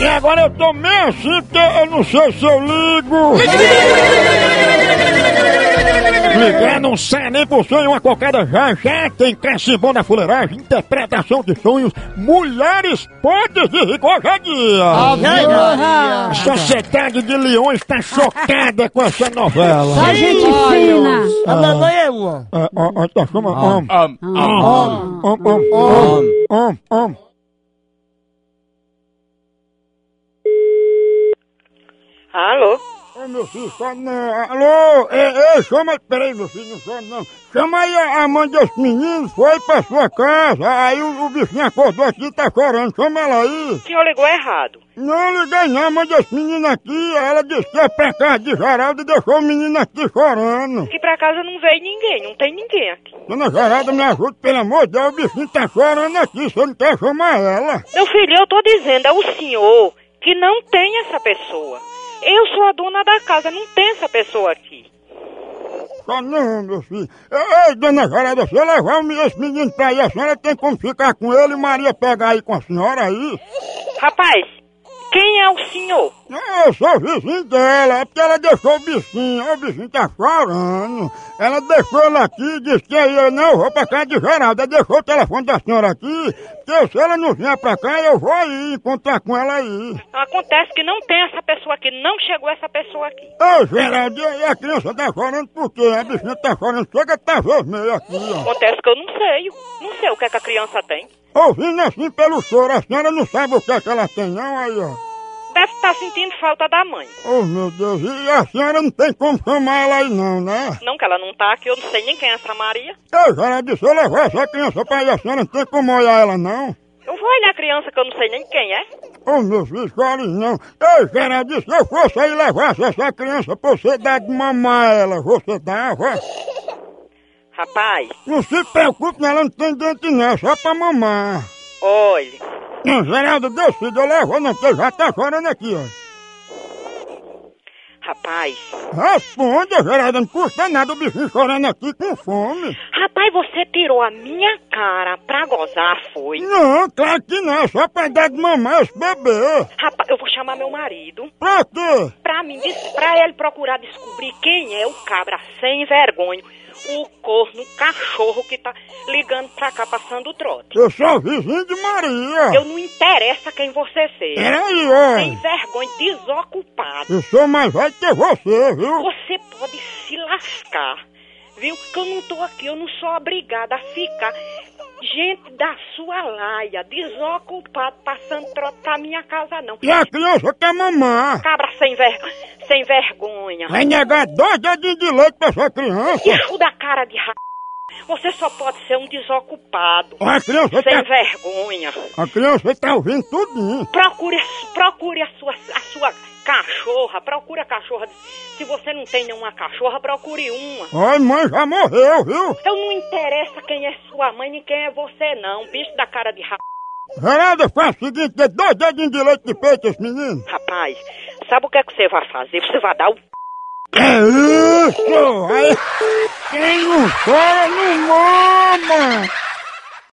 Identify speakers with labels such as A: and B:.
A: E agora eu tô meio assim, porque eu não sei se eu ligo. Ligar não sai nem por sonho, uma cocada já já tem cacimbão na fuleiragem, interpretação de sonhos, mulheres podres de ricojadia. Sociedade de Leões está chocada com essa novela.
B: A gente fina.
C: A mamãe é uma.
A: É, ó, ó, tá, chama, hum, om, om, om, hum, om, om, om.
D: Alô?
A: Ô meu filho, só não. Alô, ei, ei, chama, peraí, meu filho, não sobe não. Chama aí a a mãe desse menino, foi pra sua casa, aí o, o bichinho acordou aqui, tá chorando, chama ela aí.
D: O senhor ligou errado.
A: Não liguei não, a mãe desse menino aqui, ela disse que ia pra casa de Geraldo e deixou o menino aqui chorando.
D: Que pra casa não veio ninguém, não tem ninguém aqui.
A: Dona Geralda, me ajuda, pelo amor de Deus, o bichinho tá chorando aqui, você não quer chamar ela.
D: Meu filho, eu tô dizendo ao senhor que não tem essa pessoa. Eu sou a dona da casa, não tem essa pessoa aqui.
A: Só não, meu filho. Ei, ei, dona Geralda, se eu levar o me- esse menino pra aí, a senhora tem como ficar com ele e Maria pegar aí com a senhora aí?
D: Rapaz, quem é o senhor?
A: Não, eu sou vizinho dela, é porque ela deixou o bichinho, ó, o bichinho tá chorando. Ela deixou ele aqui e disse que aí eu não vou pra casa de Geraldo. Ela deixou o telefone da senhora aqui, porque se ela não vier pra cá, eu vou aí encontrar com ela aí.
D: Acontece que não tem essa pessoa aqui, não chegou essa pessoa aqui.
A: Ô, Geraldo, e a criança tá chorando por quê? A bichinha tá chorando, chega tá vermelha aqui, ó.
D: Acontece que eu não sei. Não sei o que é que a criança tem.
A: Ouvindo assim pelo choro, a senhora não sabe o que é que ela tem não, aí, ó.
D: Deve estar sentindo falta da mãe.
A: Oh, meu Deus, e a senhora não tem como chamar ela aí não, né?
D: Não que ela não tá aqui, eu não sei nem quem é essa Maria.
A: Ô, Geraldo, se eu levar essa criança pra aí, a senhora não tem como olhar ela, não?
D: Eu vou olhar a criança que eu não sei nem quem é.
A: Ô, meu filho, chore não. É Ei, Geraldo, se eu fosse aí levar essa criança pra você dar de mamar ela, você dava?
D: Rapaz,
A: Não se preocupe, não, ela não tem dente não, é só pra mamar.
D: olhe.
A: Não, Geraldo, decida, eu levo não, porque já tá chorando aqui, ó.
D: Rapaz.
A: Responda, Geraldo, não custa nada o bichinho chorando aqui com fome.
D: Rapaz, você tirou a minha cara pra gozar, foi?
A: Não, claro que não, é só pra dar de mamar esse bebê.
D: Rapaz, eu vou chamar meu marido
A: Pra quê?
D: pra mim, des- pra ele procurar descobrir quem é o cabra sem vergonha, o corno, o cachorro que tá ligando pra cá passando o trote.
A: Eu sou vizinho de Maria.
D: Eu não interessa quem você seja.
A: Peraí,
D: Sem
A: ó.
D: vergonha, desocupado.
A: Eu sou mais velho que você, viu?
D: Você pode se lascar, viu? Que eu não tô aqui, eu não sou obrigada a ficar. Gente da sua laia, desocupado, passando trote pra minha casa, não.
A: E a criança quer mamar.
D: Cabra sem, ver... sem vergonha.
A: Vai negar dois dedinhos de leite pra essa criança.
D: Isso da cara de ra... Você só pode ser um desocupado.
A: A criança
D: Sem
A: tá,
D: vergonha.
A: a criança tá ouvindo tudinho.
D: Procure, a- procure a, sua, a sua cachorra. Procure a cachorra. Se você não tem nenhuma cachorra, procure uma.
A: Ai, mãe já morreu, viu?
D: Eu não interessa quem é sua mãe nem quem é você, não. Bicho da cara de ra...
A: Geraldo, faz o seguinte, dê dois dedinhos de leite de peito a esse menino.
D: Rapaz, sabe o que é que você vai fazer? Você vai dar o...
A: É um isso! Aí, quem não chora não mama!